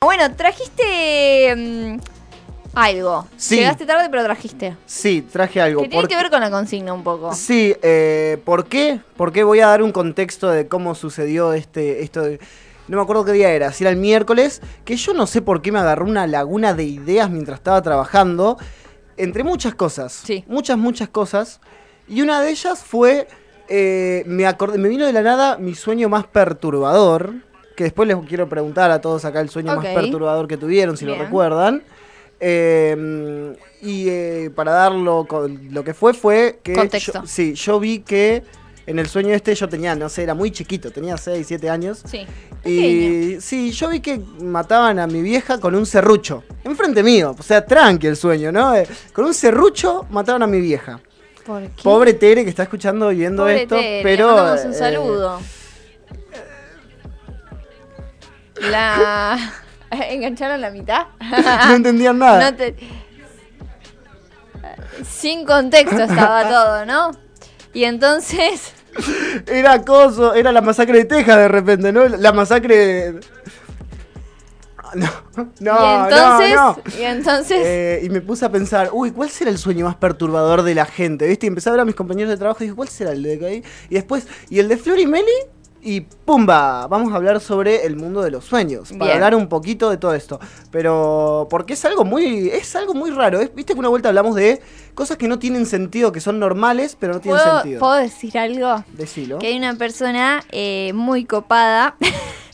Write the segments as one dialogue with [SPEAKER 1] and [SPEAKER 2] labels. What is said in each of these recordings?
[SPEAKER 1] Bueno, trajiste mm, algo.
[SPEAKER 2] Sí.
[SPEAKER 1] Llegaste tarde, pero trajiste.
[SPEAKER 2] Sí, traje algo.
[SPEAKER 1] Que tiene
[SPEAKER 2] porque-
[SPEAKER 1] que ver con la consigna un poco.
[SPEAKER 2] Sí, eh, ¿por qué? Porque voy a dar un contexto de cómo sucedió este, esto. de- no me acuerdo qué día era, si era el miércoles, que yo no sé por qué me agarró una laguna de ideas mientras estaba trabajando, entre muchas cosas.
[SPEAKER 1] Sí.
[SPEAKER 2] Muchas, muchas cosas. Y una de ellas fue, eh, me, acordé, me vino de la nada mi sueño más perturbador, que después les quiero preguntar a todos acá el sueño
[SPEAKER 1] Ok.
[SPEAKER 2] más perturbador que tuvieron, si
[SPEAKER 1] Bien.
[SPEAKER 2] lo recuerdan. Eh, y eh, para darlo con lo que fue, fue que.
[SPEAKER 1] Contexto.
[SPEAKER 2] yo- sí, yo vi que en el sueño este yo tenía, no sé, era muy chiquito, tenía 6, 7 años.
[SPEAKER 1] Sí. Pequeño.
[SPEAKER 2] Y sí, yo vi que mataban a mi vieja con un serrucho. Enfrente mío, o sea, tranqui el sueño, ¿no? Eh, con un serrucho mataron a mi vieja.
[SPEAKER 1] ¿Por qué?
[SPEAKER 2] Pobre Tere que está escuchando y viendo
[SPEAKER 1] Pobre
[SPEAKER 2] esto,
[SPEAKER 1] Tere,
[SPEAKER 2] pero.
[SPEAKER 1] le mandamos un
[SPEAKER 2] eh,
[SPEAKER 1] saludo. La. ¿Engancharon la mitad?
[SPEAKER 2] no entendían nada.
[SPEAKER 1] No te- Sin contexto estaba todo, ¿no? Y entonces.
[SPEAKER 2] Era acoso, era la masacre de Texas de repente, ¿no? La masacre. de- No, no,
[SPEAKER 1] y entonces.
[SPEAKER 2] no, no.
[SPEAKER 1] Y entonces.
[SPEAKER 2] Eh, y me puse a pensar, uy, ¿cuál será el sueño más perturbador de la gente? ¿Viste? Y empecé a ver a mis compañeros de trabajo y dije, ¿cuál será el de ahí? Y después, ¿y el de Flor y Meli? Y ¡pumba! Vamos a hablar sobre el mundo de los sueños. Para
[SPEAKER 1] Bien.
[SPEAKER 2] hablar un poquito de todo esto. Pero. Porque es algo muy. es algo muy raro. Es- Viste que una vuelta hablamos de cosas que no tienen sentido, que son normales, pero no tienen
[SPEAKER 1] ¿puedo,
[SPEAKER 2] sentido.
[SPEAKER 1] ¿Puedo decir algo?
[SPEAKER 2] Decilo.
[SPEAKER 1] que hay una persona eh, muy copada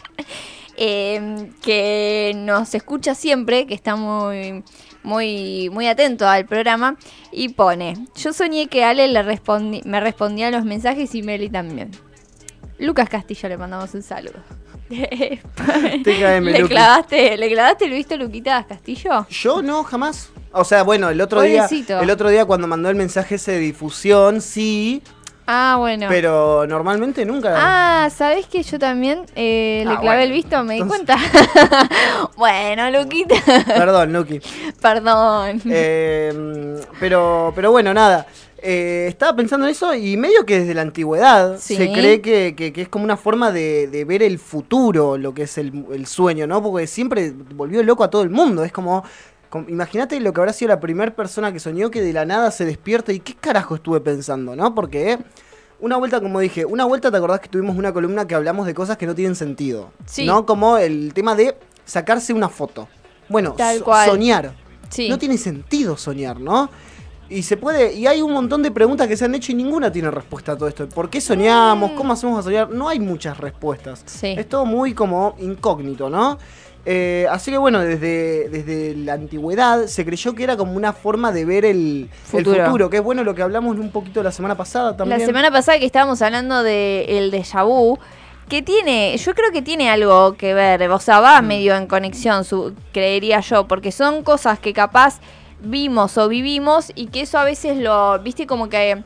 [SPEAKER 1] eh, que nos escucha siempre, que está muy, muy, muy atento al programa y pone, yo soñé que Ale le respondi- me respondía a los mensajes y Meli también. Lucas Castillo le mandamos un saludo.
[SPEAKER 2] TKM,
[SPEAKER 1] ¿Le,
[SPEAKER 2] Luqui.
[SPEAKER 1] clavaste, ¿Le clavaste el visto a Luquita Castillo?
[SPEAKER 2] Yo no, jamás. O sea, bueno, el otro día.
[SPEAKER 1] Pobrecito.
[SPEAKER 2] El otro día cuando mandó el mensaje ese de difusión, sí.
[SPEAKER 1] Ah, bueno.
[SPEAKER 2] Pero normalmente nunca.
[SPEAKER 1] Ah, ¿sabes que yo también eh, le
[SPEAKER 2] Ah,
[SPEAKER 1] clavé
[SPEAKER 2] bueno,
[SPEAKER 1] el visto? Me di
[SPEAKER 2] entonces-
[SPEAKER 1] cuenta. bueno, Luquita.
[SPEAKER 2] Perdón, Luqui.
[SPEAKER 1] Perdón.
[SPEAKER 2] Eh, pero, pero bueno, nada. Eh, estaba pensando en eso y medio que desde la antigüedad
[SPEAKER 1] Sí.
[SPEAKER 2] se cree que, que- que es como una forma de, de ver el futuro, lo que es el, el sueño, ¿no? Porque siempre volvió loco a todo el mundo. Es como, como- imagínate lo que habrá sido la primera persona que soñó que de la nada se despierta y qué carajo estuve pensando, ¿no? Porque eh, una vuelta, como dije, una vuelta te acordás que tuvimos una columna que hablamos de cosas que no tienen sentido,
[SPEAKER 1] Sí.
[SPEAKER 2] ¿no? Como el tema de sacarse una foto. Bueno,
[SPEAKER 1] Tal
[SPEAKER 2] so-
[SPEAKER 1] cual.
[SPEAKER 2] soñar.
[SPEAKER 1] sí.
[SPEAKER 2] No tiene sentido soñar, ¿no? Y se puede, y hay un montón de preguntas que se han hecho y ninguna tiene respuesta a todo esto. ¿Por qué soñamos? ¿Cómo hacemos a soñar? No hay muchas respuestas.
[SPEAKER 1] Mm. Sí.
[SPEAKER 2] Es todo muy como incógnito, ¿no? Eh, así que bueno, desde, desde la antigüedad se creyó que era como una forma de ver el el futuro,
[SPEAKER 1] Futuro.
[SPEAKER 2] que es bueno lo que hablamos un poquito la semana pasada también.
[SPEAKER 1] La semana pasada que estábamos hablando del de déjà vu, que tiene, yo creo que tiene algo que ver, o sea,
[SPEAKER 2] Mm.
[SPEAKER 1] va medio en conexión, su- creería yo, porque son cosas que capaz vimos o vivimos y que eso a veces lo, viste, como que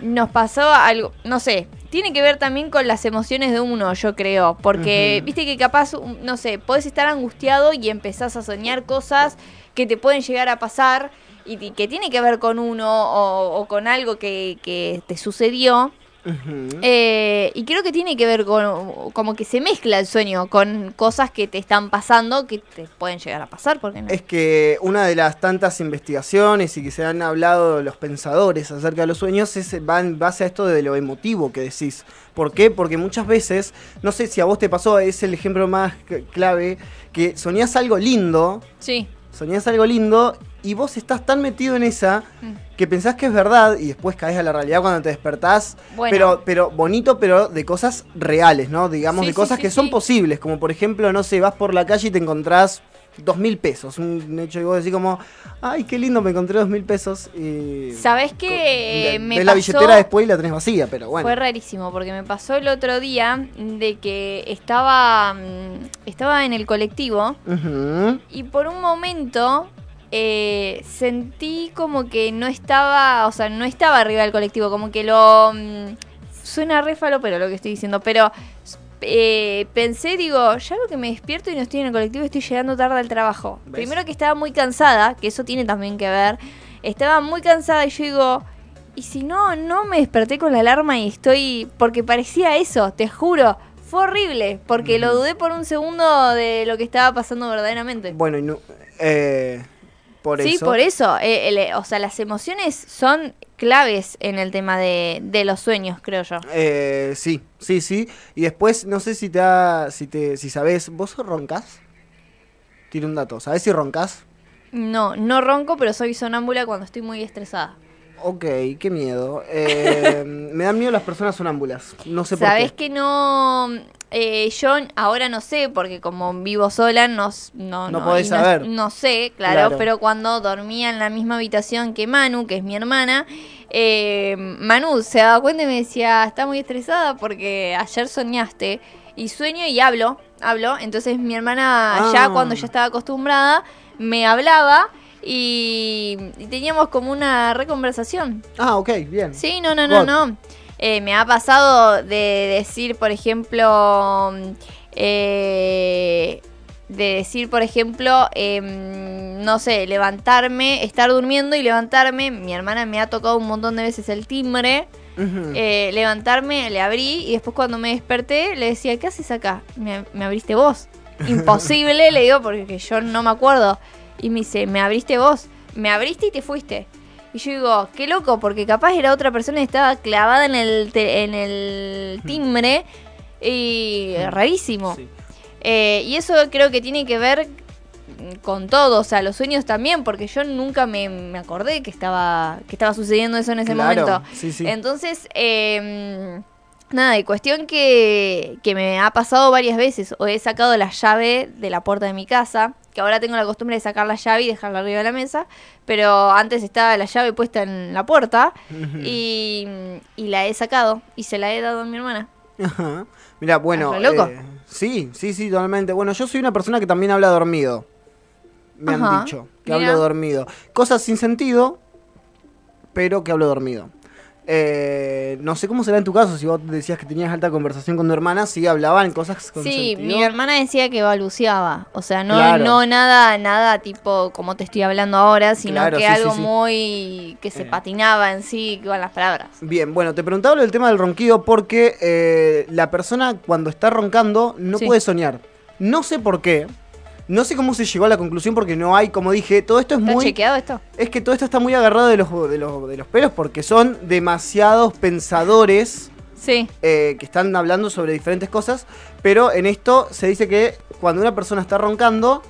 [SPEAKER 1] nos pasó algo, no sé, tiene que ver también con las emociones de uno, yo creo, porque
[SPEAKER 2] Ujú.
[SPEAKER 1] viste que capaz, um, no sé, podés estar angustiado y empezás a soñar cosas que te pueden llegar a pasar y ti- que tiene que ver con uno o, o con algo que, que te sucedió.
[SPEAKER 2] Ujú.
[SPEAKER 1] Eh, y creo que tiene que ver con, como que se mezcla el sueño con cosas que te están pasando, que te pueden llegar a pasar, porque no.
[SPEAKER 2] Es que una de las tantas investigaciones y que se han hablado los pensadores acerca de los sueños es, va en base a esto de lo emotivo que decís. ¿Por qué? Porque muchas veces, no sé si a vos te pasó, es el ejemplo más cl- clave, que soñás algo lindo,
[SPEAKER 1] Sí,
[SPEAKER 2] soñás algo lindo y vos estás tan metido en esa
[SPEAKER 1] Mm.
[SPEAKER 2] que pensás que es verdad y después caes a la realidad cuando te despertás.
[SPEAKER 1] Bueno.
[SPEAKER 2] Pero, pero bonito, pero de cosas reales, ¿no? Digamos,
[SPEAKER 1] Sí,
[SPEAKER 2] de
[SPEAKER 1] sí,
[SPEAKER 2] cosas
[SPEAKER 1] sí,
[SPEAKER 2] que son
[SPEAKER 1] sí.
[SPEAKER 2] posibles. Como por ejemplo, no sé, vas por la calle y te encontrás dos mil pesos. Un hecho y vos decís como, ay, qué lindo, me encontré dos mil pesos. Y...
[SPEAKER 1] ¿sabés
[SPEAKER 2] co-
[SPEAKER 1] qué?
[SPEAKER 2] ve-
[SPEAKER 1] Me
[SPEAKER 2] ves la
[SPEAKER 1] pasó-
[SPEAKER 2] billetera después y la tenés vacía, pero bueno.
[SPEAKER 1] Fue rarísimo porque me pasó el otro día de que estaba, mm, estaba en el colectivo
[SPEAKER 2] Ujú.
[SPEAKER 1] y por un momento eh, sentí como que no estaba, o sea, no estaba arriba del colectivo, como que lo... mm, suena réfalo, pero lo que estoy diciendo, pero eh, pensé, digo, ya veo que me despierto y no estoy en el colectivo, estoy llegando tarde al trabajo.
[SPEAKER 2] ¿Ves?
[SPEAKER 1] Primero que estaba muy cansada, que eso tiene también que ver, estaba muy cansada y yo digo... Y si no, no me desperté con la alarma y estoy... Porque parecía eso, te juro. Fue horrible, porque lo dudé por un segundo de lo que estaba pasando verdaderamente.
[SPEAKER 2] Bueno, y no- eh, por
[SPEAKER 1] sí,
[SPEAKER 2] eso.
[SPEAKER 1] por eso. eh, el- o sea, las emociones son claves en el tema de, de los sueños, creo yo.
[SPEAKER 2] Eh, sí, sí, sí. Y después, no sé si te ha- si te, si sabes, ¿vos roncas? Tira un dato, ¿sabés si roncas?
[SPEAKER 1] No, no ronco, pero soy sonámbula cuando estoy muy estresada.
[SPEAKER 2] Ok, qué miedo. Eh, me dan miedo las personas sonámbulas. No sé
[SPEAKER 1] Sabes
[SPEAKER 2] por qué.
[SPEAKER 1] que no. eh, yo ahora no sé, porque como vivo sola, no, s- no,
[SPEAKER 2] No podés
[SPEAKER 1] y
[SPEAKER 2] saber.
[SPEAKER 1] No sé, claro,
[SPEAKER 2] Claro.
[SPEAKER 1] pero cuando dormía en la misma habitación que Manu, que es mi hermana, eh, Manu se daba cuenta y me decía: Está muy estresada porque ayer soñaste. Y sueño y hablo, hablo. Entonces mi hermana,
[SPEAKER 2] Ah.
[SPEAKER 1] ya cuando ya estaba acostumbrada, me hablaba y, y teníamos como una reconversación.
[SPEAKER 2] Ah, ok, bien.
[SPEAKER 1] Sí, no, no, no,
[SPEAKER 2] God.
[SPEAKER 1] no. Eh, me ha pasado de decir, por ejemplo, mm, eh, de decir, por ejemplo, em, no sé, levantarme, estar durmiendo y levantarme. Mi hermana me ha tocado un montón de veces el timbre.
[SPEAKER 2] Ujú.
[SPEAKER 1] Eh, levantarme, le abrí y después cuando me desperté le decía, ¿qué haces acá? Me, me abriste vos. Imposible, le digo, porque yo no me acuerdo. Y me dice, me abriste vos, me abriste y te fuiste. Y yo digo, qué loco, porque capaz era otra persona y estaba clavada en el, te- en el timbre y rarísimo.
[SPEAKER 2] Sí.
[SPEAKER 1] Eh, y eso creo que tiene que ver con todo, o sea, los sueños también, porque yo nunca me, me acordé que estaba, que estaba sucediendo eso en ese
[SPEAKER 2] Claro,
[SPEAKER 1] momento.
[SPEAKER 2] Sí, sí.
[SPEAKER 1] Entonces, eh, nada, y cuestión que, que me ha pasado varias veces. O he sacado la llave de la puerta de mi casa, que ahora tengo la costumbre de sacar la llave y dejarla arriba de la mesa, pero antes estaba la llave puesta en la puerta
[SPEAKER 2] Ujú.
[SPEAKER 1] y, y la he sacado y se la he dado a mi hermana.
[SPEAKER 2] Ajá. Mira, bueno.
[SPEAKER 1] ¿Estás re loco?
[SPEAKER 2] eh, sí, sí, sí, totalmente. Bueno, yo soy una persona que también habla dormido. Me
[SPEAKER 1] Ajá,
[SPEAKER 2] han dicho que
[SPEAKER 1] mira.
[SPEAKER 2] hablo dormido. Cosas sin sentido, pero que hablo dormido. Eh, no sé cómo será en tu caso, si vos decías que tenías alta conversación con tu hermana, si hablaban cosas con
[SPEAKER 1] Sí,
[SPEAKER 2] sentido.
[SPEAKER 1] mi hermana decía que balbuceaba, o sea, no,
[SPEAKER 2] Claro.
[SPEAKER 1] no nada, nada tipo como te estoy hablando ahora, sino
[SPEAKER 2] Claro,
[SPEAKER 1] que
[SPEAKER 2] sí, sí,
[SPEAKER 1] algo
[SPEAKER 2] sí.
[SPEAKER 1] muy que se
[SPEAKER 2] Eh.
[SPEAKER 1] patinaba en sí con las palabras.
[SPEAKER 2] Bien, bueno, te preguntaba lo del tema del ronquido porque eh, la persona cuando está roncando no
[SPEAKER 1] Sí.
[SPEAKER 2] puede soñar. No sé por qué. No sé cómo se llegó a la conclusión porque no hay, como dije, todo esto es
[SPEAKER 1] ¿Está
[SPEAKER 2] muy...
[SPEAKER 1] chequeado esto?
[SPEAKER 2] Es que todo esto está muy agarrado de los, de los, de los pelos porque son demasiados pensadores
[SPEAKER 1] Sí.
[SPEAKER 2] eh, que están hablando sobre diferentes cosas, pero en esto se dice que cuando una persona está roncando,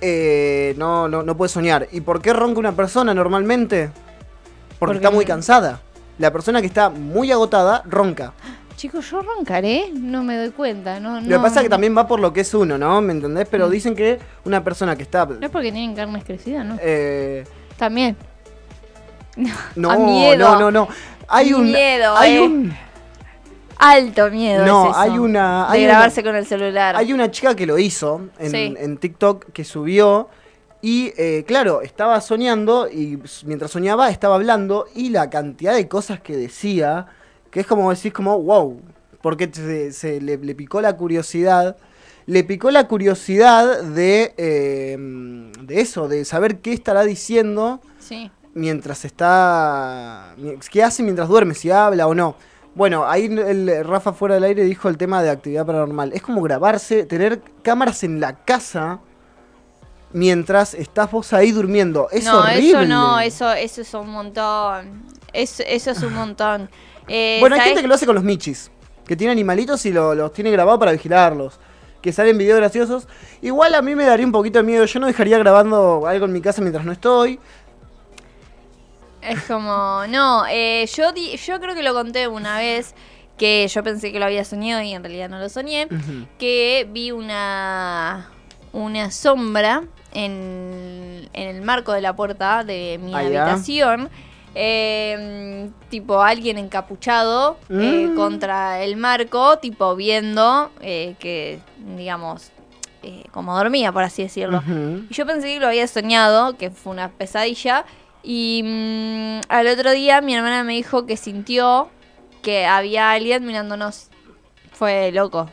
[SPEAKER 2] eh, no, no, no puede soñar. ¿Y por qué ronca una persona normalmente? Porque,
[SPEAKER 1] Porque-
[SPEAKER 2] está muy cansada. La persona que está muy agotada ronca.
[SPEAKER 1] Chicos, yo roncaré, no me doy cuenta, no, no.
[SPEAKER 2] Lo que pasa es que también va por lo que es uno, ¿no? ¿Me entendés? Pero
[SPEAKER 1] Mm.
[SPEAKER 2] dicen que una persona que está...
[SPEAKER 1] No es porque tienen carnes crecidas, ¿no?
[SPEAKER 2] eh,
[SPEAKER 1] También.
[SPEAKER 2] no,
[SPEAKER 1] A Ah, miedo.
[SPEAKER 2] no, no, no. Hay un...
[SPEAKER 1] Miedo,
[SPEAKER 2] hay
[SPEAKER 1] eh.
[SPEAKER 2] un...
[SPEAKER 1] Alto miedo.
[SPEAKER 2] No,
[SPEAKER 1] es eso,
[SPEAKER 2] hay una- hay
[SPEAKER 1] de
[SPEAKER 2] una-
[SPEAKER 1] grabarse con el celular.
[SPEAKER 2] Hay una chica que lo hizo en,
[SPEAKER 1] Sí.
[SPEAKER 2] en TikTok que subió y eh, claro, estaba soñando y s- mientras soñaba estaba hablando y la cantidad de cosas que decía, que es como decís como, wow, porque se, se le, le picó la curiosidad, le picó la curiosidad de, eh, de eso, de saber qué estará diciendo
[SPEAKER 1] Sí.
[SPEAKER 2] mientras está. ¿Qué hace mientras duerme? Si habla o no. Bueno, ahí el Rafa fuera del aire dijo el tema de actividad paranormal. Es como grabarse, tener cámaras en la casa mientras estás vos ahí durmiendo. Es
[SPEAKER 1] no,
[SPEAKER 2] horrible.
[SPEAKER 1] eso no, eso, eso es un montón. Eso, eso es un montón. Eh,
[SPEAKER 2] Bueno, hay
[SPEAKER 1] ¿sabés?
[SPEAKER 2] gente que lo hace con los michis, que tiene animalitos y lo- los tiene grabado para vigilarlos. Que salen videos graciosos. Igual a mí me daría un poquito de miedo. Yo no dejaría grabando algo en mi casa mientras no estoy.
[SPEAKER 1] Es como, no, eh, yo, di- yo creo que lo conté una vez que yo pensé que lo había soñado y en realidad no lo soñé. que vi una, una sombra en, en el marco de la puerta de mi
[SPEAKER 2] Ahí va.
[SPEAKER 1] habitación. Eh, tipo alguien encapuchado eh,
[SPEAKER 2] Mm.
[SPEAKER 1] contra el marco, tipo viendo eh, que, digamos, eh, como dormía, por así decirlo.
[SPEAKER 2] Ujú.
[SPEAKER 1] Y Yo pensé que lo había soñado, que fue una pesadilla. Y mm, al otro día mi hermana me dijo que sintió que había alguien mirándonos. Fue loco.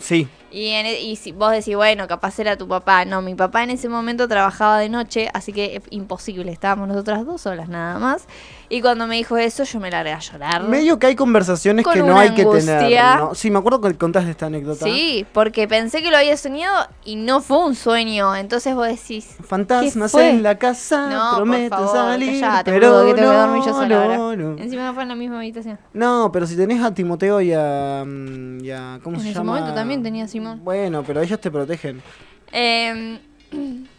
[SPEAKER 2] Sí,
[SPEAKER 1] Y, en- e, y si vos decís, bueno, capaz era tu papá. No, mi papá en ese momento trabajaba de noche, así que eh, imposible. Estábamos nosotras dos solas nada más. Y cuando me dijo eso, yo me largué a llorar.
[SPEAKER 2] Medio que hay conversaciones
[SPEAKER 1] Con
[SPEAKER 2] que no
[SPEAKER 1] una
[SPEAKER 2] hay que
[SPEAKER 1] angustia.
[SPEAKER 2] tener. ¿no? Sí, me acuerdo que contaste esta anécdota.
[SPEAKER 1] Sí, porque pensé que lo había soñado y no fue un sueño. Entonces vos decís,
[SPEAKER 2] Fantasmas
[SPEAKER 1] ¿Qué fue?
[SPEAKER 2] en la casa,
[SPEAKER 1] no,
[SPEAKER 2] prometen
[SPEAKER 1] por favor,
[SPEAKER 2] salir,
[SPEAKER 1] callate,
[SPEAKER 2] pero
[SPEAKER 1] boludo, que tengo que
[SPEAKER 2] no,
[SPEAKER 1] dormir yo sola ahora.
[SPEAKER 2] no, no.
[SPEAKER 1] Encima no fue en la misma habitación.
[SPEAKER 2] No, pero si tenés a Timoteo y a. mm, y a- ¿Cómo
[SPEAKER 1] En
[SPEAKER 2] se
[SPEAKER 1] ese
[SPEAKER 2] llama?
[SPEAKER 1] momento también tenía a Simón.
[SPEAKER 2] Bueno, pero ellos te protegen.
[SPEAKER 1] Eh,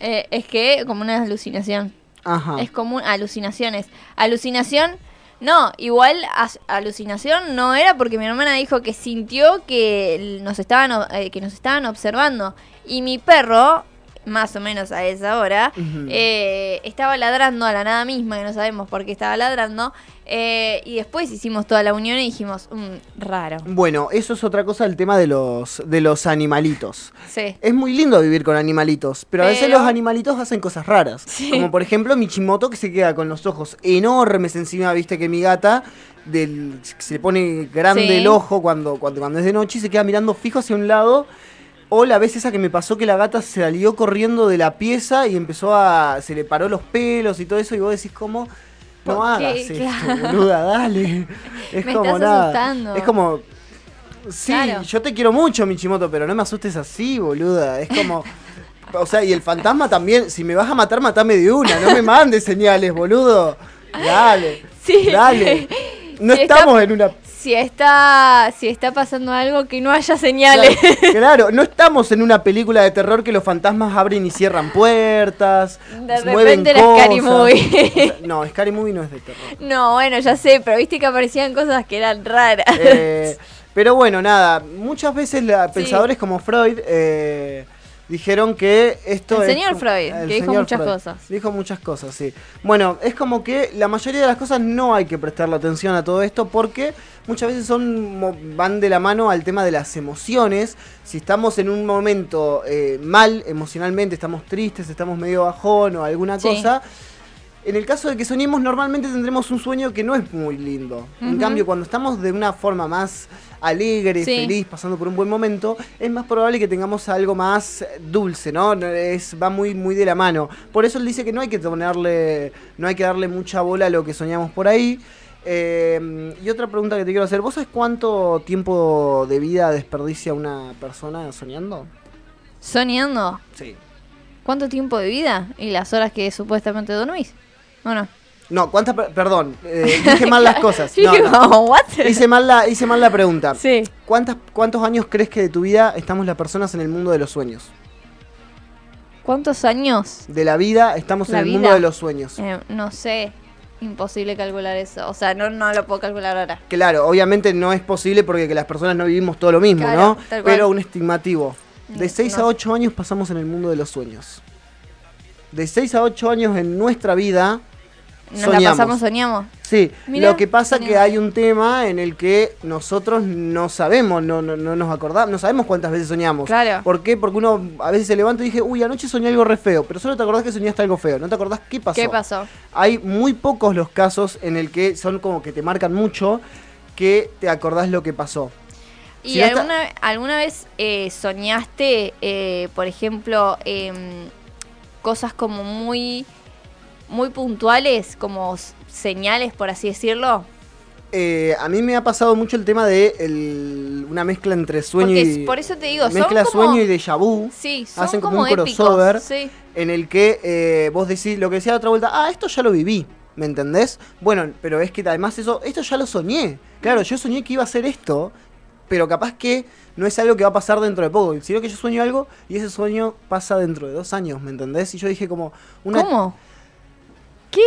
[SPEAKER 1] eh, es que como una alucinación.
[SPEAKER 2] Ajá.
[SPEAKER 1] Es común, alucinaciones. Alucinación, no, igual as- alucinación no era porque mi hermana dijo que sintió que l- nos estaban, o- eh, que nos estaban observando. Y mi perro, más o menos a esa hora,
[SPEAKER 2] Ujú.
[SPEAKER 1] eh, estaba ladrando a la nada misma, que no sabemos por qué estaba ladrando. eh, y después hicimos toda la unión y dijimos, "Mm, raro.
[SPEAKER 2] Bueno, eso es otra cosa, el tema de los, de los animalitos.
[SPEAKER 1] Sí.
[SPEAKER 2] Es muy lindo vivir con animalitos, pero, a veces
[SPEAKER 1] Pero-
[SPEAKER 2] los animalitos hacen cosas raras. Como por ejemplo Michimoto que se queda con los ojos enormes encima, viste que mi gata del, se le pone grande
[SPEAKER 1] Sí.
[SPEAKER 2] el ojo cuando, cuando, cuando es de noche y se queda mirando fijo hacia un lado. O la vez esa que me pasó que la gata se salió corriendo de la pieza y empezó a. se le paró los pelos y todo eso, y vos decís como. No
[SPEAKER 1] ¿Por qué?
[SPEAKER 2] hagas esto,
[SPEAKER 1] Claro.
[SPEAKER 2] boluda, dale. Es
[SPEAKER 1] Me
[SPEAKER 2] como
[SPEAKER 1] estás
[SPEAKER 2] nada.
[SPEAKER 1] asustando.
[SPEAKER 2] Es como. Sí,
[SPEAKER 1] Claro.
[SPEAKER 2] yo te quiero mucho, Michimoto, pero no me asustes así, boluda. Es como. O sea, y el fantasma también, si me vas a matar, matame de una, no me mandes señales, boludo. Dale.
[SPEAKER 1] Sí.
[SPEAKER 2] Dale. No
[SPEAKER 1] Sí, está-
[SPEAKER 2] estamos en una.
[SPEAKER 1] Si está, si está pasando algo, que no haya señales.
[SPEAKER 2] Claro, no estamos en una película de terror que los fantasmas abren y cierran puertas.
[SPEAKER 1] De
[SPEAKER 2] mueven
[SPEAKER 1] repente era Scary
[SPEAKER 2] cosas.
[SPEAKER 1] Movie.
[SPEAKER 2] O sea, no, Scary Movie no es de terror.
[SPEAKER 1] No, bueno, ya sé, pero viste que aparecían cosas que eran raras.
[SPEAKER 2] Eh, pero bueno, nada, muchas veces la- pensadores como Freud eh, dijeron que esto
[SPEAKER 1] El
[SPEAKER 2] es
[SPEAKER 1] señor
[SPEAKER 2] como-
[SPEAKER 1] Freud, que dijo
[SPEAKER 2] señor
[SPEAKER 1] muchas cosas.
[SPEAKER 2] Dijo muchas cosas, sí. Bueno, es como que la mayoría de las cosas no hay que prestarle atención a todo esto porque muchas veces son mo- van de la mano al tema de las emociones. Si estamos en un momento eh, mal emocionalmente, estamos tristes, estamos medio bajón o alguna
[SPEAKER 1] Sí.
[SPEAKER 2] cosa, en el caso de que soñemos, normalmente tendremos un sueño que no es muy lindo. En
[SPEAKER 1] Ujú.
[SPEAKER 2] cambio, cuando estamos de una forma más alegre,
[SPEAKER 1] Sí.
[SPEAKER 2] feliz, pasando por un buen momento, es más probable que tengamos algo más dulce, ¿no? No, Es, va muy, muy de la mano. Por eso él dice que no hay que ponerle, no hay que darle mucha bola a lo que soñamos por ahí. Eh, y otra pregunta que te quiero hacer, ¿vos sabés cuánto tiempo de vida desperdicia una persona soñando?
[SPEAKER 1] Soñando,
[SPEAKER 2] Sí.
[SPEAKER 1] ¿cuánto tiempo de vida? Y las horas que supuestamente dormís. ¿O no?
[SPEAKER 2] No, ¿cuántas? per- Perdón, eh, dije mal las cosas.
[SPEAKER 1] Yo
[SPEAKER 2] No,
[SPEAKER 1] digo,
[SPEAKER 2] no.
[SPEAKER 1] ¿what?
[SPEAKER 2] Hice mal la, hice mal la pregunta.
[SPEAKER 1] Sí.
[SPEAKER 2] ¿Cuántas, ¿Cuántos años crees que de tu vida estamos las personas en el mundo de los sueños?
[SPEAKER 1] ¿Cuántos años?
[SPEAKER 2] De la vida estamos
[SPEAKER 1] La
[SPEAKER 2] en el
[SPEAKER 1] vida.
[SPEAKER 2] mundo de los sueños.
[SPEAKER 1] Eh, no sé, imposible calcular eso. O sea, no, no lo puedo calcular ahora.
[SPEAKER 2] Claro, obviamente no es posible porque que las personas no vivimos todo lo mismo,
[SPEAKER 1] Claro,
[SPEAKER 2] ¿no?
[SPEAKER 1] tal cual.
[SPEAKER 2] Pero un estimativo. De
[SPEAKER 1] Mm,
[SPEAKER 2] 6 a
[SPEAKER 1] no.
[SPEAKER 2] 8 años pasamos en el mundo de los sueños. De 6 a 8 años en nuestra vida
[SPEAKER 1] Nos la
[SPEAKER 2] Soñamos.
[SPEAKER 1] pasamos, soñamos.
[SPEAKER 2] Sí,
[SPEAKER 1] Mirá,
[SPEAKER 2] lo que pasa
[SPEAKER 1] mirá.
[SPEAKER 2] que hay un tema en el que nosotros no sabemos, no, no, no nos acordamos, no sabemos cuántas veces soñamos.
[SPEAKER 1] Claro.
[SPEAKER 2] ¿Por qué? Porque uno a veces se levanta y dije, uy, anoche soñé algo re feo, pero solo te acordás que soñaste algo feo, no te acordás qué pasó.
[SPEAKER 1] ¿Qué pasó?
[SPEAKER 2] Hay muy pocos los casos en el que son como que te marcan mucho que te acordás lo que pasó.
[SPEAKER 1] ¿Y
[SPEAKER 2] Si no está-
[SPEAKER 1] alguna, alguna vez eh, soñaste, eh, por ejemplo, em, cosas como muy, muy puntuales, como s- señales, por así decirlo?
[SPEAKER 2] Eh, a mí me ha pasado mucho el tema de el- una mezcla entre sueño
[SPEAKER 1] Porque
[SPEAKER 2] y...
[SPEAKER 1] es- por eso te digo, son
[SPEAKER 2] mezcla
[SPEAKER 1] como-
[SPEAKER 2] sueño y déjà vu.
[SPEAKER 1] Sí, son
[SPEAKER 2] Hacen como
[SPEAKER 1] como,
[SPEAKER 2] un
[SPEAKER 1] épicos.
[SPEAKER 2] crossover.
[SPEAKER 1] Sí,
[SPEAKER 2] en el que eh, vos decís lo que decía la otra vuelta, ah, esto ya lo viví, ¿me entendés? Bueno, pero es que además eso, esto ya lo soñé. Claro, yo soñé que iba a hacer esto, pero capaz que no es algo que va a pasar dentro de poco, sino que yo sueño algo y ese sueño pasa dentro de dos años, ¿me entendés? Y yo dije como, una,
[SPEAKER 1] ¿Cómo? ¿Qué?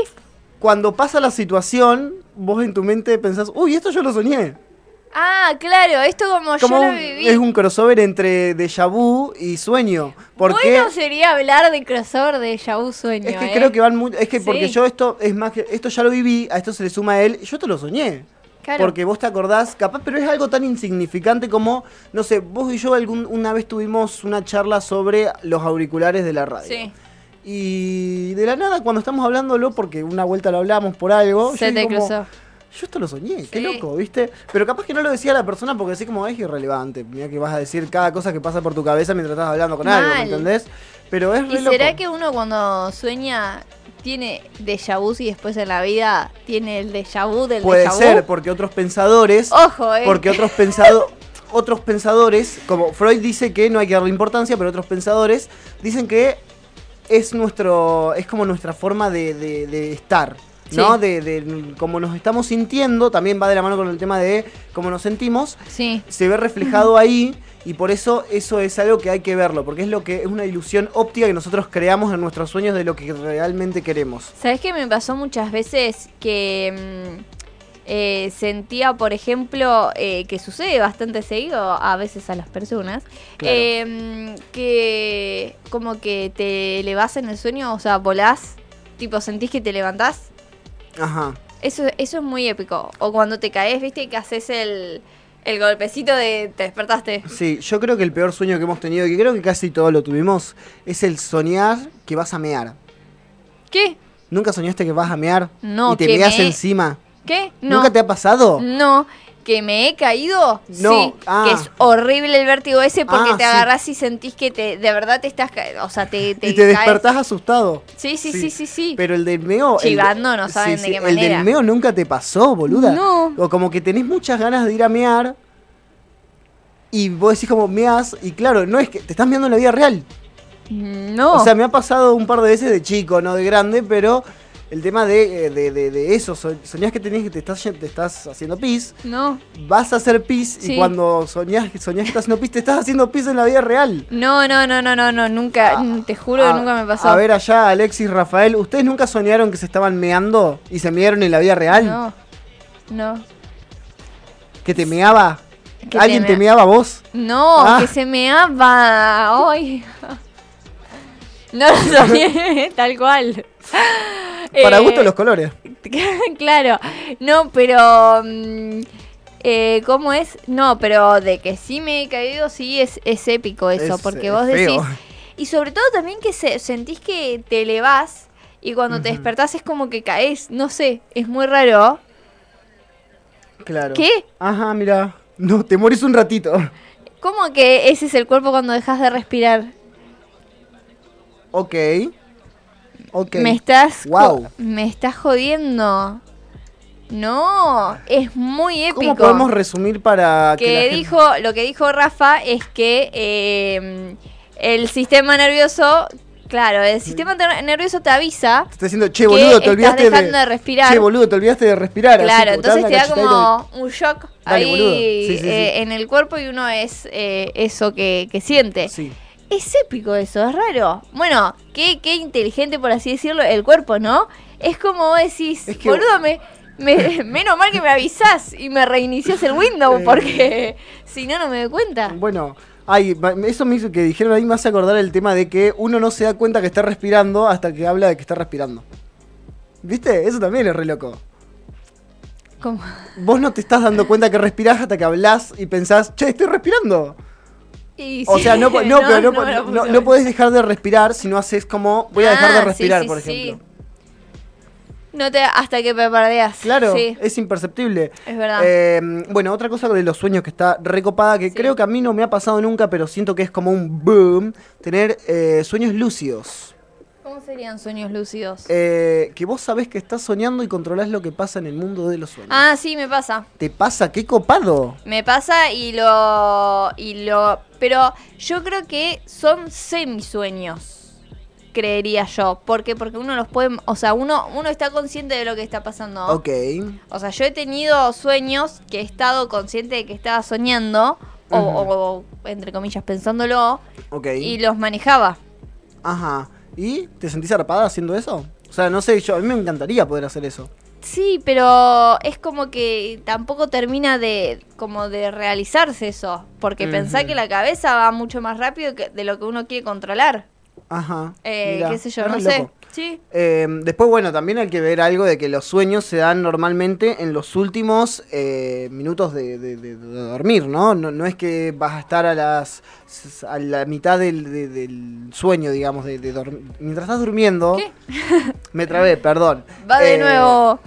[SPEAKER 2] cuando pasa la situación, vos en tu mente pensás, uy, esto yo lo soñé.
[SPEAKER 1] Ah, claro, esto como,
[SPEAKER 2] Como
[SPEAKER 1] yo
[SPEAKER 2] un-
[SPEAKER 1] lo viví.
[SPEAKER 2] es un crossover entre déjà vu y sueño. Porque
[SPEAKER 1] Bueno sería hablar de crossover de Yahoo Sueño.
[SPEAKER 2] Es que
[SPEAKER 1] ¿eh?
[SPEAKER 2] creo que van muy. Es que
[SPEAKER 1] Sí.
[SPEAKER 2] porque yo esto es más que. Esto ya lo viví, a esto se le suma a él. Yo te lo soñé.
[SPEAKER 1] Claro.
[SPEAKER 2] Porque vos te acordás, capaz, pero es algo tan insignificante como, no sé, vos y yo algún, una vez tuvimos una charla sobre los auriculares de la radio.
[SPEAKER 1] Sí.
[SPEAKER 2] Y de la nada, cuando estamos hablándolo, porque una vuelta lo hablamos por algo,
[SPEAKER 1] Se
[SPEAKER 2] yo
[SPEAKER 1] te
[SPEAKER 2] como,
[SPEAKER 1] cruzó.
[SPEAKER 2] yo esto lo soñé, qué
[SPEAKER 1] Sí.
[SPEAKER 2] loco, ¿viste? Pero capaz que no lo decía la persona porque así como es irrelevante. Mira que vas a decir cada cosa que pasa por tu cabeza mientras estás hablando con algo, ¿me
[SPEAKER 1] Mal.
[SPEAKER 2] entendés? Pero es
[SPEAKER 1] ¿Y
[SPEAKER 2] re
[SPEAKER 1] será
[SPEAKER 2] loco.
[SPEAKER 1] que uno cuando sueña tiene déjà vu y después en la vida tiene el déjà vu del
[SPEAKER 2] Puede
[SPEAKER 1] déjà vu?
[SPEAKER 2] ser, porque otros pensadores.
[SPEAKER 1] Ojo, eh.
[SPEAKER 2] Porque otros pensado, otros pensadores, como Freud dice que no hay que darle importancia, pero otros pensadores dicen que es nuestro, es como nuestra forma de, de- de estar. ¿No?
[SPEAKER 1] Sí.
[SPEAKER 2] De, de cómo nos estamos sintiendo, también va de la mano con el tema de cómo nos sentimos,
[SPEAKER 1] Sí.
[SPEAKER 2] se ve reflejado ahí y por eso eso es algo que hay que verlo, porque es lo que es una ilusión óptica que nosotros creamos en nuestros sueños de lo que realmente queremos.
[SPEAKER 1] ¿Sabes qué me pasó muchas veces que mm, eh, sentía, por ejemplo, eh, que sucede bastante seguido a veces a las personas,
[SPEAKER 2] Claro.
[SPEAKER 1] eh, mm, que como que te elevás en el sueño, o sea, volás, tipo sentís que te levantás?
[SPEAKER 2] Ajá.
[SPEAKER 1] Eso, eso es muy épico. O cuando te caes, viste, que haces el, el golpecito de te despertaste.
[SPEAKER 2] Sí, yo creo que el peor sueño que hemos tenido, que creo que casi todos lo tuvimos, es el soñar que vas a mear.
[SPEAKER 1] ¿Qué?
[SPEAKER 2] ¿Nunca soñaste que vas a mear?
[SPEAKER 1] No,
[SPEAKER 2] Y te
[SPEAKER 1] que
[SPEAKER 2] meas
[SPEAKER 1] me-
[SPEAKER 2] encima.
[SPEAKER 1] ¿Qué? No.
[SPEAKER 2] ¿Nunca te ha pasado?
[SPEAKER 1] No, que me he caído.
[SPEAKER 2] No,
[SPEAKER 1] sí,
[SPEAKER 2] ah.
[SPEAKER 1] que es horrible el vértigo ese porque
[SPEAKER 2] Ah,
[SPEAKER 1] te
[SPEAKER 2] sí.
[SPEAKER 1] agarras y sentís que te, de verdad te estás ca- O sea, te, te
[SPEAKER 2] y te
[SPEAKER 1] caes.
[SPEAKER 2] despertás asustado.
[SPEAKER 1] Sí, sí,
[SPEAKER 2] Sí,
[SPEAKER 1] sí, sí, sí.
[SPEAKER 2] Pero el del meo. el-
[SPEAKER 1] Chivando, no saben de qué
[SPEAKER 2] El
[SPEAKER 1] manera.
[SPEAKER 2] del meo nunca te pasó, boluda.
[SPEAKER 1] No.
[SPEAKER 2] O como que tenés muchas ganas de ir a mear. Y vos decís como meas. Y claro, no es que te estás meando en la vida real.
[SPEAKER 1] No.
[SPEAKER 2] O sea, me ha pasado un par de veces de chico, no de grande, pero el tema de, eh, de, de- de eso, so- soñás que tenés que te estás, ye- te estás haciendo pis,
[SPEAKER 1] no.
[SPEAKER 2] vas a hacer pis y
[SPEAKER 1] Sí.
[SPEAKER 2] cuando soñás, que- soñás que estás haciendo pis, te estás haciendo pis en la vida real.
[SPEAKER 1] No, no, no, no, no, no, nunca,
[SPEAKER 2] Ah,
[SPEAKER 1] te juro
[SPEAKER 2] a-
[SPEAKER 1] que nunca me pasó.
[SPEAKER 2] A ver allá, Alexis, Rafael, ¿ustedes nunca soñaron que se estaban meando y se mearon en la vida real?
[SPEAKER 1] No, no,
[SPEAKER 2] ¿Que te meaba?
[SPEAKER 1] Que
[SPEAKER 2] ¿Alguien
[SPEAKER 1] te
[SPEAKER 2] te,
[SPEAKER 1] mea-
[SPEAKER 2] meaba vos?
[SPEAKER 1] no,
[SPEAKER 2] Ah.
[SPEAKER 1] que se me ama, ay. No lo soñé, tal cual.
[SPEAKER 2] Para
[SPEAKER 1] Eh,
[SPEAKER 2] gusto los colores.
[SPEAKER 1] claro, no, pero... mm, eh, ¿Cómo es? No, pero de que sí me he caído, sí es, es épico eso,
[SPEAKER 2] Es,
[SPEAKER 1] porque
[SPEAKER 2] eh,
[SPEAKER 1] vos
[SPEAKER 2] feo.
[SPEAKER 1] decís... Y sobre todo también que se- sentís que te elevás y cuando te
[SPEAKER 2] Ujú.
[SPEAKER 1] despertás es como que caes, no sé, es muy raro.
[SPEAKER 2] Claro.
[SPEAKER 1] ¿Qué?
[SPEAKER 2] Ajá, mira. No, te morís un ratito.
[SPEAKER 1] ¿Cómo que ese es el cuerpo cuando dejas de respirar?
[SPEAKER 2] Ok. Ok.
[SPEAKER 1] Me estás...
[SPEAKER 2] Guau.
[SPEAKER 1] jo- Me estás jodiendo. No, es muy épico.
[SPEAKER 2] ¿Cómo podemos resumir para que, la
[SPEAKER 1] que
[SPEAKER 2] gente-
[SPEAKER 1] dijo lo que dijo Rafa es que eh, el sistema nervioso claro el sistema ter- nervioso te avisa
[SPEAKER 2] te está diciendo, che, boludo, te
[SPEAKER 1] estás
[SPEAKER 2] olvidaste
[SPEAKER 1] dejando de respirar.
[SPEAKER 2] Che, boludo, te olvidaste de respirar. así,
[SPEAKER 1] claro
[SPEAKER 2] como te dan
[SPEAKER 1] entonces
[SPEAKER 2] la
[SPEAKER 1] te da
[SPEAKER 2] cachetadita
[SPEAKER 1] como un shock
[SPEAKER 2] Dale,
[SPEAKER 1] ahí
[SPEAKER 2] boludo. Sí, sí, sí.
[SPEAKER 1] eh, en el cuerpo y uno es eh, eso que, que siente
[SPEAKER 2] y- Sí.
[SPEAKER 1] es épico eso es raro bueno qué, qué inteligente por así decirlo el cuerpo no es como vos decís
[SPEAKER 2] Es que-
[SPEAKER 1] boludo me me- menos mal que me avisás y me reiniciás el Windows
[SPEAKER 2] Eh.
[SPEAKER 1] porque si no, no me doy cuenta.
[SPEAKER 2] Bueno, ay, va- eso me hizo que dijeron ahí me hace acordar el tema de que uno no se da cuenta que está respirando hasta que habla de que está respirando. ¿Viste? Eso también es re loco.
[SPEAKER 1] Como-
[SPEAKER 2] Vos no te estás dando cuenta que respirás hasta que hablas y pensás, che, estoy respirando.
[SPEAKER 1] Y
[SPEAKER 2] O
[SPEAKER 1] sí,
[SPEAKER 2] sea, no, po- no, pero no, po-
[SPEAKER 1] me lo
[SPEAKER 2] no-
[SPEAKER 1] puse.
[SPEAKER 2] no podés dejar de respirar si no haces como, voy a dejar
[SPEAKER 1] Ah,
[SPEAKER 2] de
[SPEAKER 1] sí,
[SPEAKER 2] respirar,
[SPEAKER 1] sí,
[SPEAKER 2] por
[SPEAKER 1] sí.
[SPEAKER 2] ejemplo.
[SPEAKER 1] No te, hasta que perdeas.
[SPEAKER 2] Claro,
[SPEAKER 1] Sí,
[SPEAKER 2] es imperceptible.
[SPEAKER 1] es verdad.
[SPEAKER 2] Eh, bueno, otra cosa de los sueños que está recopada, que
[SPEAKER 1] Sí.
[SPEAKER 2] creo que a mí no me ha pasado nunca, pero siento que es como un boom, tener eh, sueños lúcidos.
[SPEAKER 1] ¿Cómo serían sueños lúcidos?
[SPEAKER 2] Eh, que vos sabés que estás soñando y controlás lo que pasa en el mundo de los sueños.
[SPEAKER 1] ah, sí, me pasa.
[SPEAKER 2] ¿Te pasa? ¡Qué copado!
[SPEAKER 1] Me pasa y lo. y lo. Pero yo creo que son semisueños. Creería yo. Porque, porque uno los puede. O sea, uno, uno está consciente de lo que está pasando.
[SPEAKER 2] Ok.
[SPEAKER 1] O sea, yo he tenido sueños que he estado consciente de que estaba soñando. O,
[SPEAKER 2] Ujú.
[SPEAKER 1] o- o, entre comillas, pensándolo.
[SPEAKER 2] Ok.
[SPEAKER 1] Y los manejaba.
[SPEAKER 2] Ajá. ¿Y te sentís arpada haciendo eso? O sea, no sé, yo a mí me encantaría poder hacer eso.
[SPEAKER 1] Sí, pero es como que tampoco termina de como de realizarse eso, porque
[SPEAKER 2] Ujú.
[SPEAKER 1] pensá que la cabeza va mucho más rápido que- de lo que uno quiere controlar.
[SPEAKER 2] Ajá.
[SPEAKER 1] Eh,
[SPEAKER 2] Mirá,
[SPEAKER 1] qué sé yo,
[SPEAKER 2] es
[SPEAKER 1] no
[SPEAKER 2] re
[SPEAKER 1] sé.
[SPEAKER 2] loco.
[SPEAKER 1] Sí.
[SPEAKER 2] Eh, después, bueno, también hay que ver algo de que los sueños se dan normalmente en los últimos eh, minutos de, de- de- de dormir, ¿no? ¿no? no es que vas a estar a las a la mitad del, de- del sueño, digamos, de, de dormir. Mientras estás durmiendo...
[SPEAKER 1] ¿Qué?
[SPEAKER 2] Me trabé, perdón.
[SPEAKER 1] Va de
[SPEAKER 2] Eh,
[SPEAKER 1] nuevo.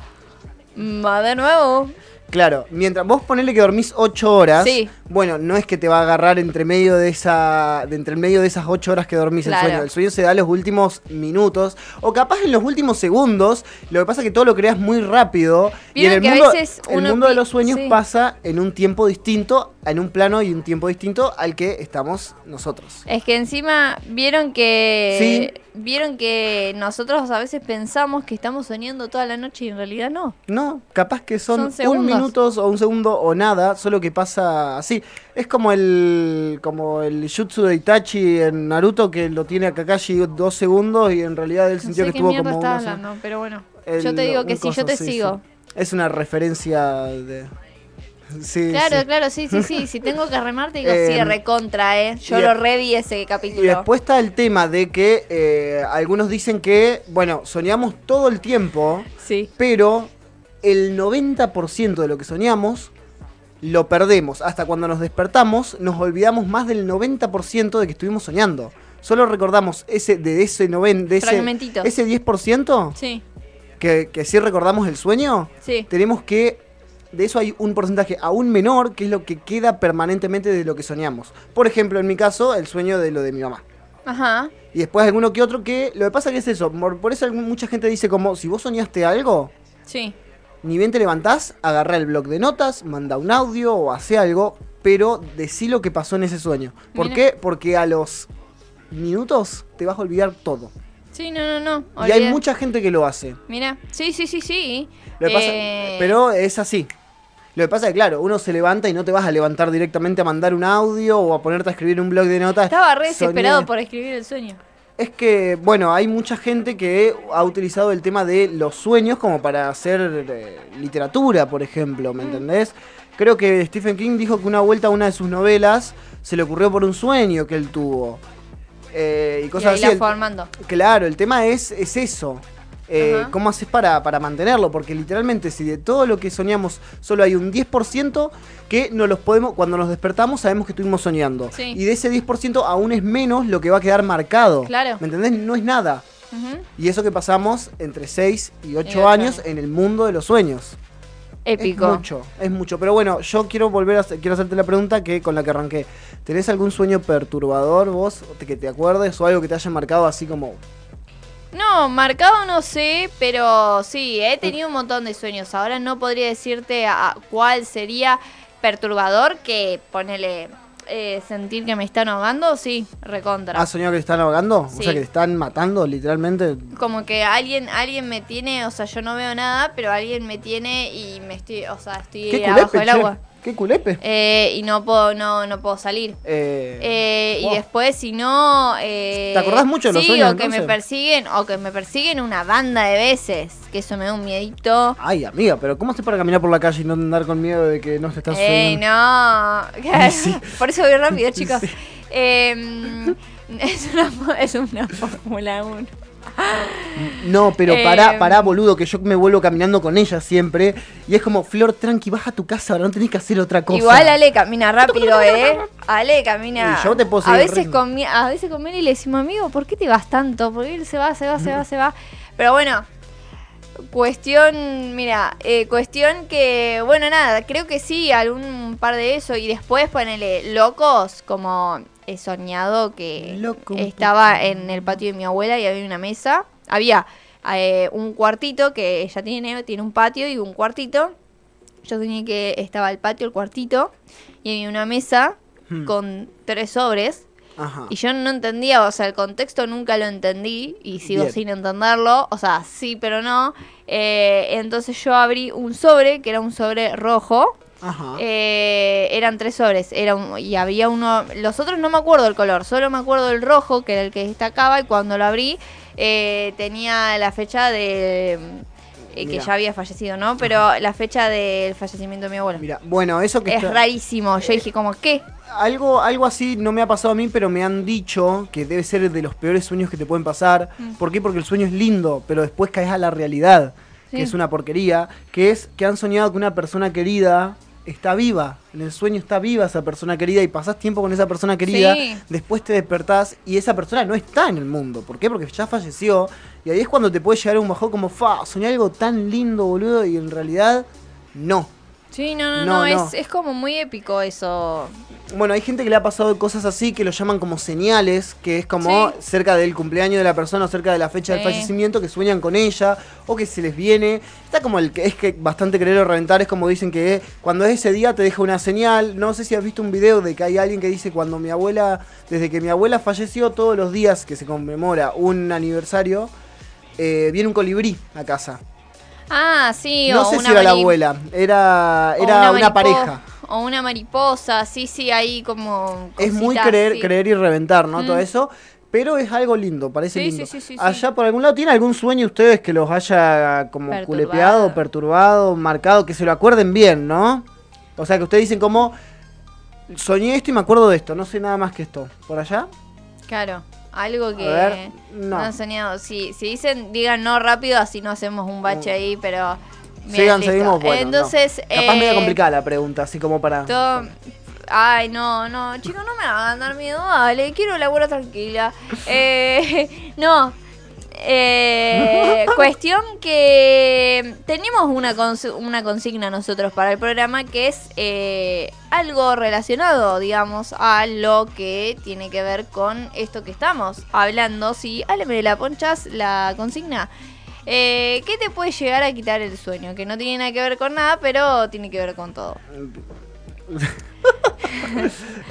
[SPEAKER 1] Ma, de nuevo.
[SPEAKER 2] Claro, mientras vos ponele que dormís 8 horas,
[SPEAKER 1] Sí.
[SPEAKER 2] bueno, no es que te va a agarrar entre medio de esa de entre medio de esas 8 horas que dormís
[SPEAKER 1] Claro.
[SPEAKER 2] el sueño. El sueño se da en los últimos minutos o capaz en los últimos segundos. Lo que pasa es que todo lo creas muy rápido y
[SPEAKER 1] Vieron
[SPEAKER 2] en el
[SPEAKER 1] que a
[SPEAKER 2] mundo
[SPEAKER 1] veces
[SPEAKER 2] el
[SPEAKER 1] uno
[SPEAKER 2] mundo de
[SPEAKER 1] pi-
[SPEAKER 2] los sueños
[SPEAKER 1] sí.
[SPEAKER 2] pasa en un tiempo distinto, en un plano y un tiempo distinto al que estamos nosotros.
[SPEAKER 1] Es que encima vieron que
[SPEAKER 2] Sí.
[SPEAKER 1] vieron que nosotros a veces pensamos que estamos soñando toda la noche y en realidad no.
[SPEAKER 2] No, capaz que
[SPEAKER 1] Son
[SPEAKER 2] son, un
[SPEAKER 1] segundos.
[SPEAKER 2] minuto o un segundo o nada, solo que pasa así. Es como el como el jutsu de Itachi en Naruto que lo tiene a Kakashi dos segundos y en realidad él
[SPEAKER 1] No
[SPEAKER 2] sintió
[SPEAKER 1] sé
[SPEAKER 2] que
[SPEAKER 1] qué
[SPEAKER 2] estuvo
[SPEAKER 1] mierda
[SPEAKER 2] como
[SPEAKER 1] estás
[SPEAKER 2] una-
[SPEAKER 1] hablando, pero bueno.
[SPEAKER 2] el-
[SPEAKER 1] yo te digo
[SPEAKER 2] un
[SPEAKER 1] que si yo
[SPEAKER 2] coso,
[SPEAKER 1] te
[SPEAKER 2] sí,
[SPEAKER 1] sigo.
[SPEAKER 2] sí. Es una referencia de Sí,
[SPEAKER 1] Claro,
[SPEAKER 2] sí.
[SPEAKER 1] claro, sí, sí, sí. Si tengo que remarte, digo, sí,
[SPEAKER 2] Em,
[SPEAKER 1] recontra, ¿eh? Yo
[SPEAKER 2] y
[SPEAKER 1] lo
[SPEAKER 2] de-
[SPEAKER 1] reví ese
[SPEAKER 2] Y
[SPEAKER 1] capítulo.
[SPEAKER 2] después está el tema de que eh, algunos dicen que, bueno, soñamos todo el tiempo,
[SPEAKER 1] Sí.
[SPEAKER 2] pero el 90% de lo que soñamos lo perdemos. Hasta cuando nos despertamos, nos olvidamos más del 90% de que estuvimos soñando. Solo recordamos ese de ese 90, de ese,
[SPEAKER 1] Fragmentitos.
[SPEAKER 2] ese 10%
[SPEAKER 1] Sí,
[SPEAKER 2] que, que sí recordamos el sueño,
[SPEAKER 1] sí.
[SPEAKER 2] tenemos que de eso hay un porcentaje aún menor que es lo que queda permanentemente de lo que soñamos. Por ejemplo, en mi caso, el sueño de lo de mi mamá.
[SPEAKER 1] Ajá.
[SPEAKER 2] Y después alguno que otro que lo que pasa que es eso, por por eso algún- mucha gente dice como si vos soñaste algo,
[SPEAKER 1] Sí.
[SPEAKER 2] ni bien te levantás, agarrá el bloc de notas, manda un audio o hace algo, pero decí lo que pasó en ese sueño. ¿Por
[SPEAKER 1] Mira.
[SPEAKER 2] qué? Porque a los minutos te vas a olvidar todo.
[SPEAKER 1] Sí, no, no, no.
[SPEAKER 2] Y hay
[SPEAKER 1] olvidé.
[SPEAKER 2] mucha gente que lo hace.
[SPEAKER 1] Mira, sí, sí, sí, sí.
[SPEAKER 2] Lo que pasa-
[SPEAKER 1] Eh,
[SPEAKER 2] Pero es así. Lo que pasa es que, claro, uno se levanta y no te vas a levantar directamente a mandar un audio o a ponerte a escribir un blog de notas.
[SPEAKER 1] Estaba re
[SPEAKER 2] Soñé.
[SPEAKER 1] desesperado por escribir el sueño.
[SPEAKER 2] Es que, bueno, hay mucha gente que ha utilizado el tema de los sueños como para hacer eh, literatura, por ejemplo,
[SPEAKER 1] Mm.
[SPEAKER 2] ¿me entendés? Creo que Stephen King dijo que una vuelta a una de sus novelas se le ocurrió por un sueño que él tuvo. Eh, y
[SPEAKER 1] Y
[SPEAKER 2] cosas
[SPEAKER 1] ahí
[SPEAKER 2] así.
[SPEAKER 1] la
[SPEAKER 2] El-
[SPEAKER 1] fue armando.
[SPEAKER 2] Claro, el tema es, es eso. Eh,
[SPEAKER 1] Ajá.
[SPEAKER 2] ¿Cómo haces para, para mantenerlo? Porque literalmente si de todo lo que soñamos solo hay un 10% que no los podemos, cuando nos despertamos sabemos que estuvimos soñando.
[SPEAKER 1] Sí.
[SPEAKER 2] Y de ese 10% aún es menos lo que va a quedar marcado.
[SPEAKER 1] Claro.
[SPEAKER 2] ¿Me entendés? No es nada.
[SPEAKER 1] Ujú.
[SPEAKER 2] Y eso que pasamos entre 6 y 8
[SPEAKER 1] ocho
[SPEAKER 2] años
[SPEAKER 1] años.
[SPEAKER 2] en el mundo de los sueños.
[SPEAKER 1] Épico.
[SPEAKER 2] Es mucho, es mucho. Pero bueno, yo quiero volver a hacer- quiero hacerte la pregunta que con la que arranqué. ¿Tenés algún sueño perturbador vos que te acuerdes o algo que te haya marcado así como
[SPEAKER 1] No, marcado no sé, pero sí, he tenido un montón de sueños. Ahora no podría decirte a- a cuál sería perturbador que ponele eh, sentir que me están ahogando, sí, recontra.
[SPEAKER 2] ¿Has soñado que te están ahogando? O
[SPEAKER 1] Sí.
[SPEAKER 2] sea, que te están matando, literalmente.
[SPEAKER 1] Como que alguien alguien me tiene, o sea, yo no veo nada, pero alguien me tiene y me estoy, o sea, estoy abajo del
[SPEAKER 2] che?
[SPEAKER 1] agua.
[SPEAKER 2] ¿Qué culepe?
[SPEAKER 1] Eh, y no puedo no no puedo salir.
[SPEAKER 2] Eh,
[SPEAKER 1] Eh,
[SPEAKER 2] wow.
[SPEAKER 1] Y después, si no. eh,
[SPEAKER 2] ¿Te acordás mucho de los
[SPEAKER 1] sí,
[SPEAKER 2] sueños,
[SPEAKER 1] o que me
[SPEAKER 2] entonces?
[SPEAKER 1] persiguen, o que me persiguen una banda de veces. Que eso me da un miedito.
[SPEAKER 2] Ay, amiga, pero ¿cómo haces para caminar por la calle y no andar con miedo de que no te estás
[SPEAKER 1] ¡Ey,
[SPEAKER 2] subiendo?
[SPEAKER 1] Eh, no!
[SPEAKER 2] Sí.
[SPEAKER 1] Por eso voy rápido, chicos.
[SPEAKER 2] Sí.
[SPEAKER 1] Eh, es una, fo- es una Fórmula 1.
[SPEAKER 2] No, pero
[SPEAKER 1] Eh,
[SPEAKER 2] pará, pará, boludo, que yo me vuelvo caminando con ella siempre. Y es como, Flor, tranqui, baja a tu casa, ahora no tenés que hacer otra cosa.
[SPEAKER 1] Igual Ale camina rápido, ¿eh? Ale camina.
[SPEAKER 2] Y yo te puedo
[SPEAKER 1] a
[SPEAKER 2] seguir el
[SPEAKER 1] veces,
[SPEAKER 2] ritmo.
[SPEAKER 1] con, mi- a veces con Meli le decimos, amigo, ¿por qué te vas tanto? Porque él se va, se va, se
[SPEAKER 2] Mm.
[SPEAKER 1] va, se va. Pero bueno, cuestión, mira, eh, cuestión que, bueno, nada, creo que sí, algún par de eso. Y después ponele locos, como he soñado que
[SPEAKER 2] Loco.
[SPEAKER 1] estaba en el patio de mi abuela y había una mesa. Había eh, un cuartito que ella tiene, tiene un patio y un cuartito. Yo tenía que estaba el patio, el cuartito, y había una mesa
[SPEAKER 2] Hmm.
[SPEAKER 1] con tres sobres.
[SPEAKER 2] Ajá.
[SPEAKER 1] Y yo no entendía, o sea, el contexto nunca lo entendí y sigo
[SPEAKER 2] Bien.
[SPEAKER 1] sin entenderlo, o sea, sí, pero no. Eh, entonces yo abrí un sobre, que era un sobre rojo,
[SPEAKER 2] Ajá.
[SPEAKER 1] eh, eran tres sobres, era un- y había uno, los otros no me acuerdo el color, solo me acuerdo el rojo, que era el que destacaba, y cuando lo abrí eh, tenía la fecha de... eh, que
[SPEAKER 2] Mirá.
[SPEAKER 1] ya había fallecido, ¿no? Pero la fecha del fallecimiento de mi abuelo.
[SPEAKER 2] Mira, bueno, eso que
[SPEAKER 1] Es
[SPEAKER 2] está- Eh,
[SPEAKER 1] rarísimo, yo dije como, ¿qué?
[SPEAKER 2] Algo, algo así no me ha pasado a mí, pero me han dicho que debe ser de los peores sueños que te pueden pasar.
[SPEAKER 1] Mm.
[SPEAKER 2] ¿Por qué? Porque el sueño es lindo, pero después caes a la realidad,
[SPEAKER 1] Sí.
[SPEAKER 2] que es una porquería, que es que han soñado que una persona querida está viva, en el sueño está viva esa persona querida y pasás tiempo con esa persona querida,
[SPEAKER 1] Sí.
[SPEAKER 2] después te despertás y esa persona no está en el mundo. ¿Por qué? Porque ya falleció y ahí es cuando te puede llegar un bajón como, fa, soñé algo tan lindo, boludo, y en realidad no.
[SPEAKER 1] Sí, no, no,
[SPEAKER 2] No,
[SPEAKER 1] no,
[SPEAKER 2] no.
[SPEAKER 1] Es, es como muy épico eso.
[SPEAKER 2] Bueno, hay gente que le ha pasado cosas así que lo llaman como señales, que es como
[SPEAKER 1] Sí.
[SPEAKER 2] cerca del cumpleaños de la persona o cerca de la fecha
[SPEAKER 1] Sí.
[SPEAKER 2] del fallecimiento, que sueñan con ella o que se les viene. Está como el que es que bastante querer o reventar, es como dicen que cuando es ese día te deja una señal. No sé si has visto un video de que hay alguien que dice cuando mi abuela, desde que mi abuela falleció, todos los días que se conmemora un aniversario, eh, viene un colibrí a casa.
[SPEAKER 1] Ah, sí,
[SPEAKER 2] no
[SPEAKER 1] o
[SPEAKER 2] sé
[SPEAKER 1] una
[SPEAKER 2] si era la
[SPEAKER 1] mari-
[SPEAKER 2] abuela, era,
[SPEAKER 1] o
[SPEAKER 2] era una
[SPEAKER 1] maripo-
[SPEAKER 2] pareja.
[SPEAKER 1] O una mariposa, sí, sí, ahí como.
[SPEAKER 2] es muy
[SPEAKER 1] cositas,
[SPEAKER 2] creer,
[SPEAKER 1] sí.
[SPEAKER 2] creer y reventar, ¿no?
[SPEAKER 1] Mm.
[SPEAKER 2] Todo eso. Pero es algo lindo, parece
[SPEAKER 1] Sí,
[SPEAKER 2] lindo.
[SPEAKER 1] sí, sí, sí, sí.
[SPEAKER 2] Allá por algún lado, ¿tiene algún sueño ustedes que los haya como
[SPEAKER 1] Perturbado.
[SPEAKER 2] culepeado, perturbado, marcado, que se lo acuerden bien, ¿no? O sea, que ustedes dicen como, soñé esto y me acuerdo de esto, no sé nada más que esto. ¿Por allá?
[SPEAKER 1] Claro, algo que.
[SPEAKER 2] A ver,
[SPEAKER 1] No.
[SPEAKER 2] no.
[SPEAKER 1] han soñado. Si, si dicen, digan no rápido, así no hacemos un bache
[SPEAKER 2] Mm.
[SPEAKER 1] ahí, pero. bien,
[SPEAKER 2] Sigan,
[SPEAKER 1] listo.
[SPEAKER 2] seguimos, bueno, no.
[SPEAKER 1] Entonces.
[SPEAKER 2] Capaz
[SPEAKER 1] eh,
[SPEAKER 2] medio complicada la pregunta, así como para...
[SPEAKER 1] Todo- Ay, no, no, chicos, no me hagan dar miedo, dale, quiero laburar tranquila. Eh, no, eh, cuestión que tenemos una, cons- una consigna nosotros para el programa que es eh, algo relacionado, digamos, a lo que tiene que ver con esto que estamos hablando. Si, Ale, me la ponchas la consigna. Eh, ¿Qué te puede llegar a quitar el sueño? Que no tiene nada que ver con nada, pero tiene que ver con todo.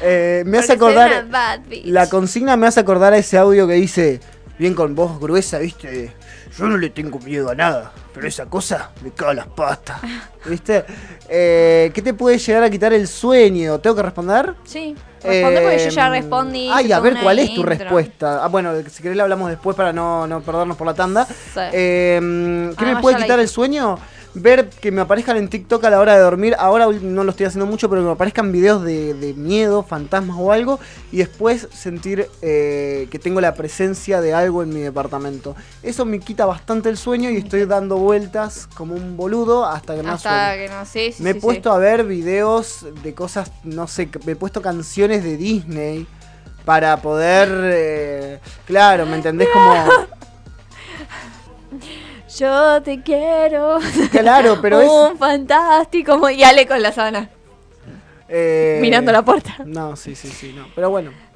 [SPEAKER 2] Eh, me hace
[SPEAKER 1] Porque soy
[SPEAKER 2] acordar...
[SPEAKER 1] una bad bitch.
[SPEAKER 2] La consigna me hace acordar a ese audio que dice, bien con voz gruesa, ¿viste? de, Yo no le tengo miedo a nada, pero esa cosa me caga las pastas. ¿Viste? Eh, ¿Qué te puede llegar a quitar el sueño? ¿Tengo que responder?
[SPEAKER 1] Sí, responde porque yo ya
[SPEAKER 2] Eh,
[SPEAKER 1] respondí.
[SPEAKER 2] Ay,
[SPEAKER 1] hice
[SPEAKER 2] a
[SPEAKER 1] toda
[SPEAKER 2] ver,
[SPEAKER 1] una
[SPEAKER 2] ¿cuál es tu
[SPEAKER 1] intro.
[SPEAKER 2] respuesta? Ah, bueno, si querés la hablamos después para no, no perdernos por la tanda.
[SPEAKER 1] Sí.
[SPEAKER 2] Eh, ¿Qué
[SPEAKER 1] Además,
[SPEAKER 2] me puede
[SPEAKER 1] ya la
[SPEAKER 2] quitar
[SPEAKER 1] hice.
[SPEAKER 2] el sueño? Ver que me aparezcan en TikTok a la hora de dormir. Ahora no lo estoy haciendo mucho, pero que me aparezcan videos de, de miedo, fantasmas o algo. Y después sentir eh, que tengo la presencia de algo en mi departamento. Eso me quita bastante el sueño y estoy dando vueltas como un boludo hasta que no sueño.
[SPEAKER 1] Hasta que no sé. Sí,
[SPEAKER 2] Me he
[SPEAKER 1] sí, sí.
[SPEAKER 2] puesto a ver videos de cosas, no sé, que- me he puesto canciones de Disney para poder, eh, claro, ¿me entendés? Como,
[SPEAKER 1] Yo te quiero.
[SPEAKER 2] claro, pero es...
[SPEAKER 1] Un fantástico. mo- Y Ale con la sábana.
[SPEAKER 2] eh,
[SPEAKER 1] Mirando la puerta.
[SPEAKER 2] No, sí, sí, sí, no. Pero bueno,